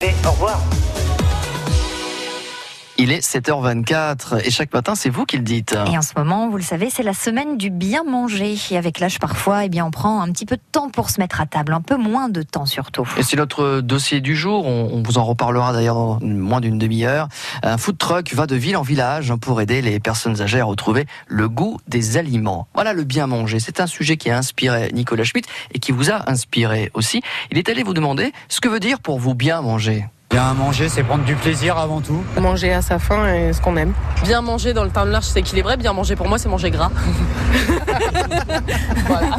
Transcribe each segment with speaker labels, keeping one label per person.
Speaker 1: Et au revoir.
Speaker 2: Il est 7h24 et chaque matin, c'est vous qui le dites.
Speaker 3: Et en ce moment, vous le savez, c'est la semaine du bien manger. Et avec l'âge parfois, eh bien, on prend un petit peu de temps pour se mettre à table, un peu moins de temps surtout.
Speaker 2: Et c'est notre dossier du jour. On, on vous en reparlera d'ailleurs dans moins d'une demi-heure. Un food truck va de ville en village pour aider les personnes âgées à retrouver le goût des aliments. Voilà le bien manger. C'est un sujet qui a inspiré Nicolas Schmitt et qui vous a inspiré aussi. Il est allé vous demander ce que veut dire pour vous bien manger.
Speaker 4: Bien manger, c'est prendre du plaisir avant tout.
Speaker 5: Manger à sa faim et ce qu'on aime.
Speaker 6: Bien manger dans le terme large, c'est équilibré. Bien manger pour moi, c'est manger gras. voilà.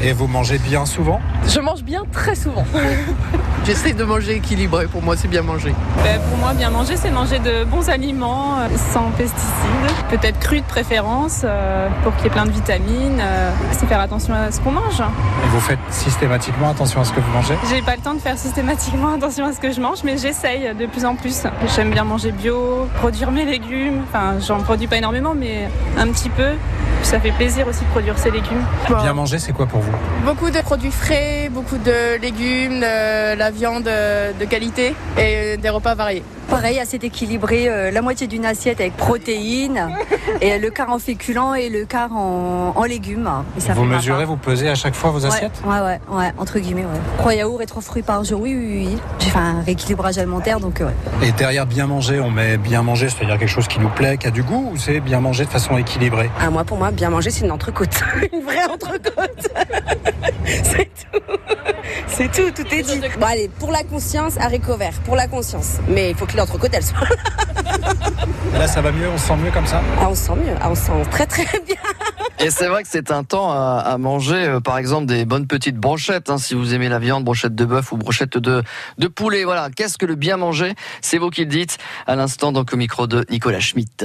Speaker 4: Et vous mangez bien souvent
Speaker 6: Je mange bien très souvent.
Speaker 7: J'essaie de manger équilibré. Pour moi, c'est bien manger.
Speaker 8: Ben, pour moi, bien manger, c'est manger de bons aliments euh, sans pesticides, peut-être cru de préférence, euh, pour qu'il y ait plein de vitamines. euh, c'est faire attention à ce qu'on mange.
Speaker 4: Et vous faites systématiquement attention à ce que vous mangez
Speaker 8: J'ai pas le temps de faire systématiquement attention à ce que je mange, mais j'essaye de plus en plus. J'aime bien manger bio, produire mes légumes. Enfin, j'en produis pas énormément, mais un petit peu. Puis Ça fait plaisir aussi de produire ses légumes.
Speaker 4: Bien manger, c'est quoi pour vous
Speaker 9: Beaucoup de produits frais, beaucoup de légumes, de la viande euh, de qualité et euh, des repas variés.
Speaker 10: Pareil, assez équilibré, euh, la moitié d'une assiette avec protéines, et le quart en féculents et le quart en, en légumes. Et ça
Speaker 4: Vous
Speaker 10: fait ma
Speaker 4: mesurez,
Speaker 10: part.
Speaker 4: vous pesez à chaque fois vos
Speaker 10: ouais,
Speaker 4: assiettes
Speaker 10: ouais, ouais, ouais, entre guillemets, ouais. Trois yaourts et trois fruits par jour, oui, oui, oui. J'ai fait un rééquilibrage alimentaire, donc euh, ouais.
Speaker 4: Et derrière bien manger, on met bien manger, c'est-à-dire quelque chose qui nous plaît, qui a du goût, ou c'est bien manger de façon équilibrée
Speaker 6: À Ah, moi, pour moi, bien manger, c'est une entrecôte. une vraie entrecôte. c'est tout. C'est tout, tout est dit. Bon, allez, pour la conscience, haricots verts. Pour la conscience. Mais il faut que l'entrecôte, elle soit.
Speaker 4: Et Là, ça va mieux, on se sent mieux comme ça
Speaker 6: Ah, on se sent mieux. Ah, on se sent très, très bien.
Speaker 2: Et c'est vrai que c'est un temps à, à manger, euh, par exemple, des bonnes petites brochettes, hein, si vous aimez la viande, brochette de bœuf ou brochette de, de poulet. Voilà, qu'est-ce que le bien manger C'est vous qui le dites à l'instant, donc au micro de Nicolas Schmitt.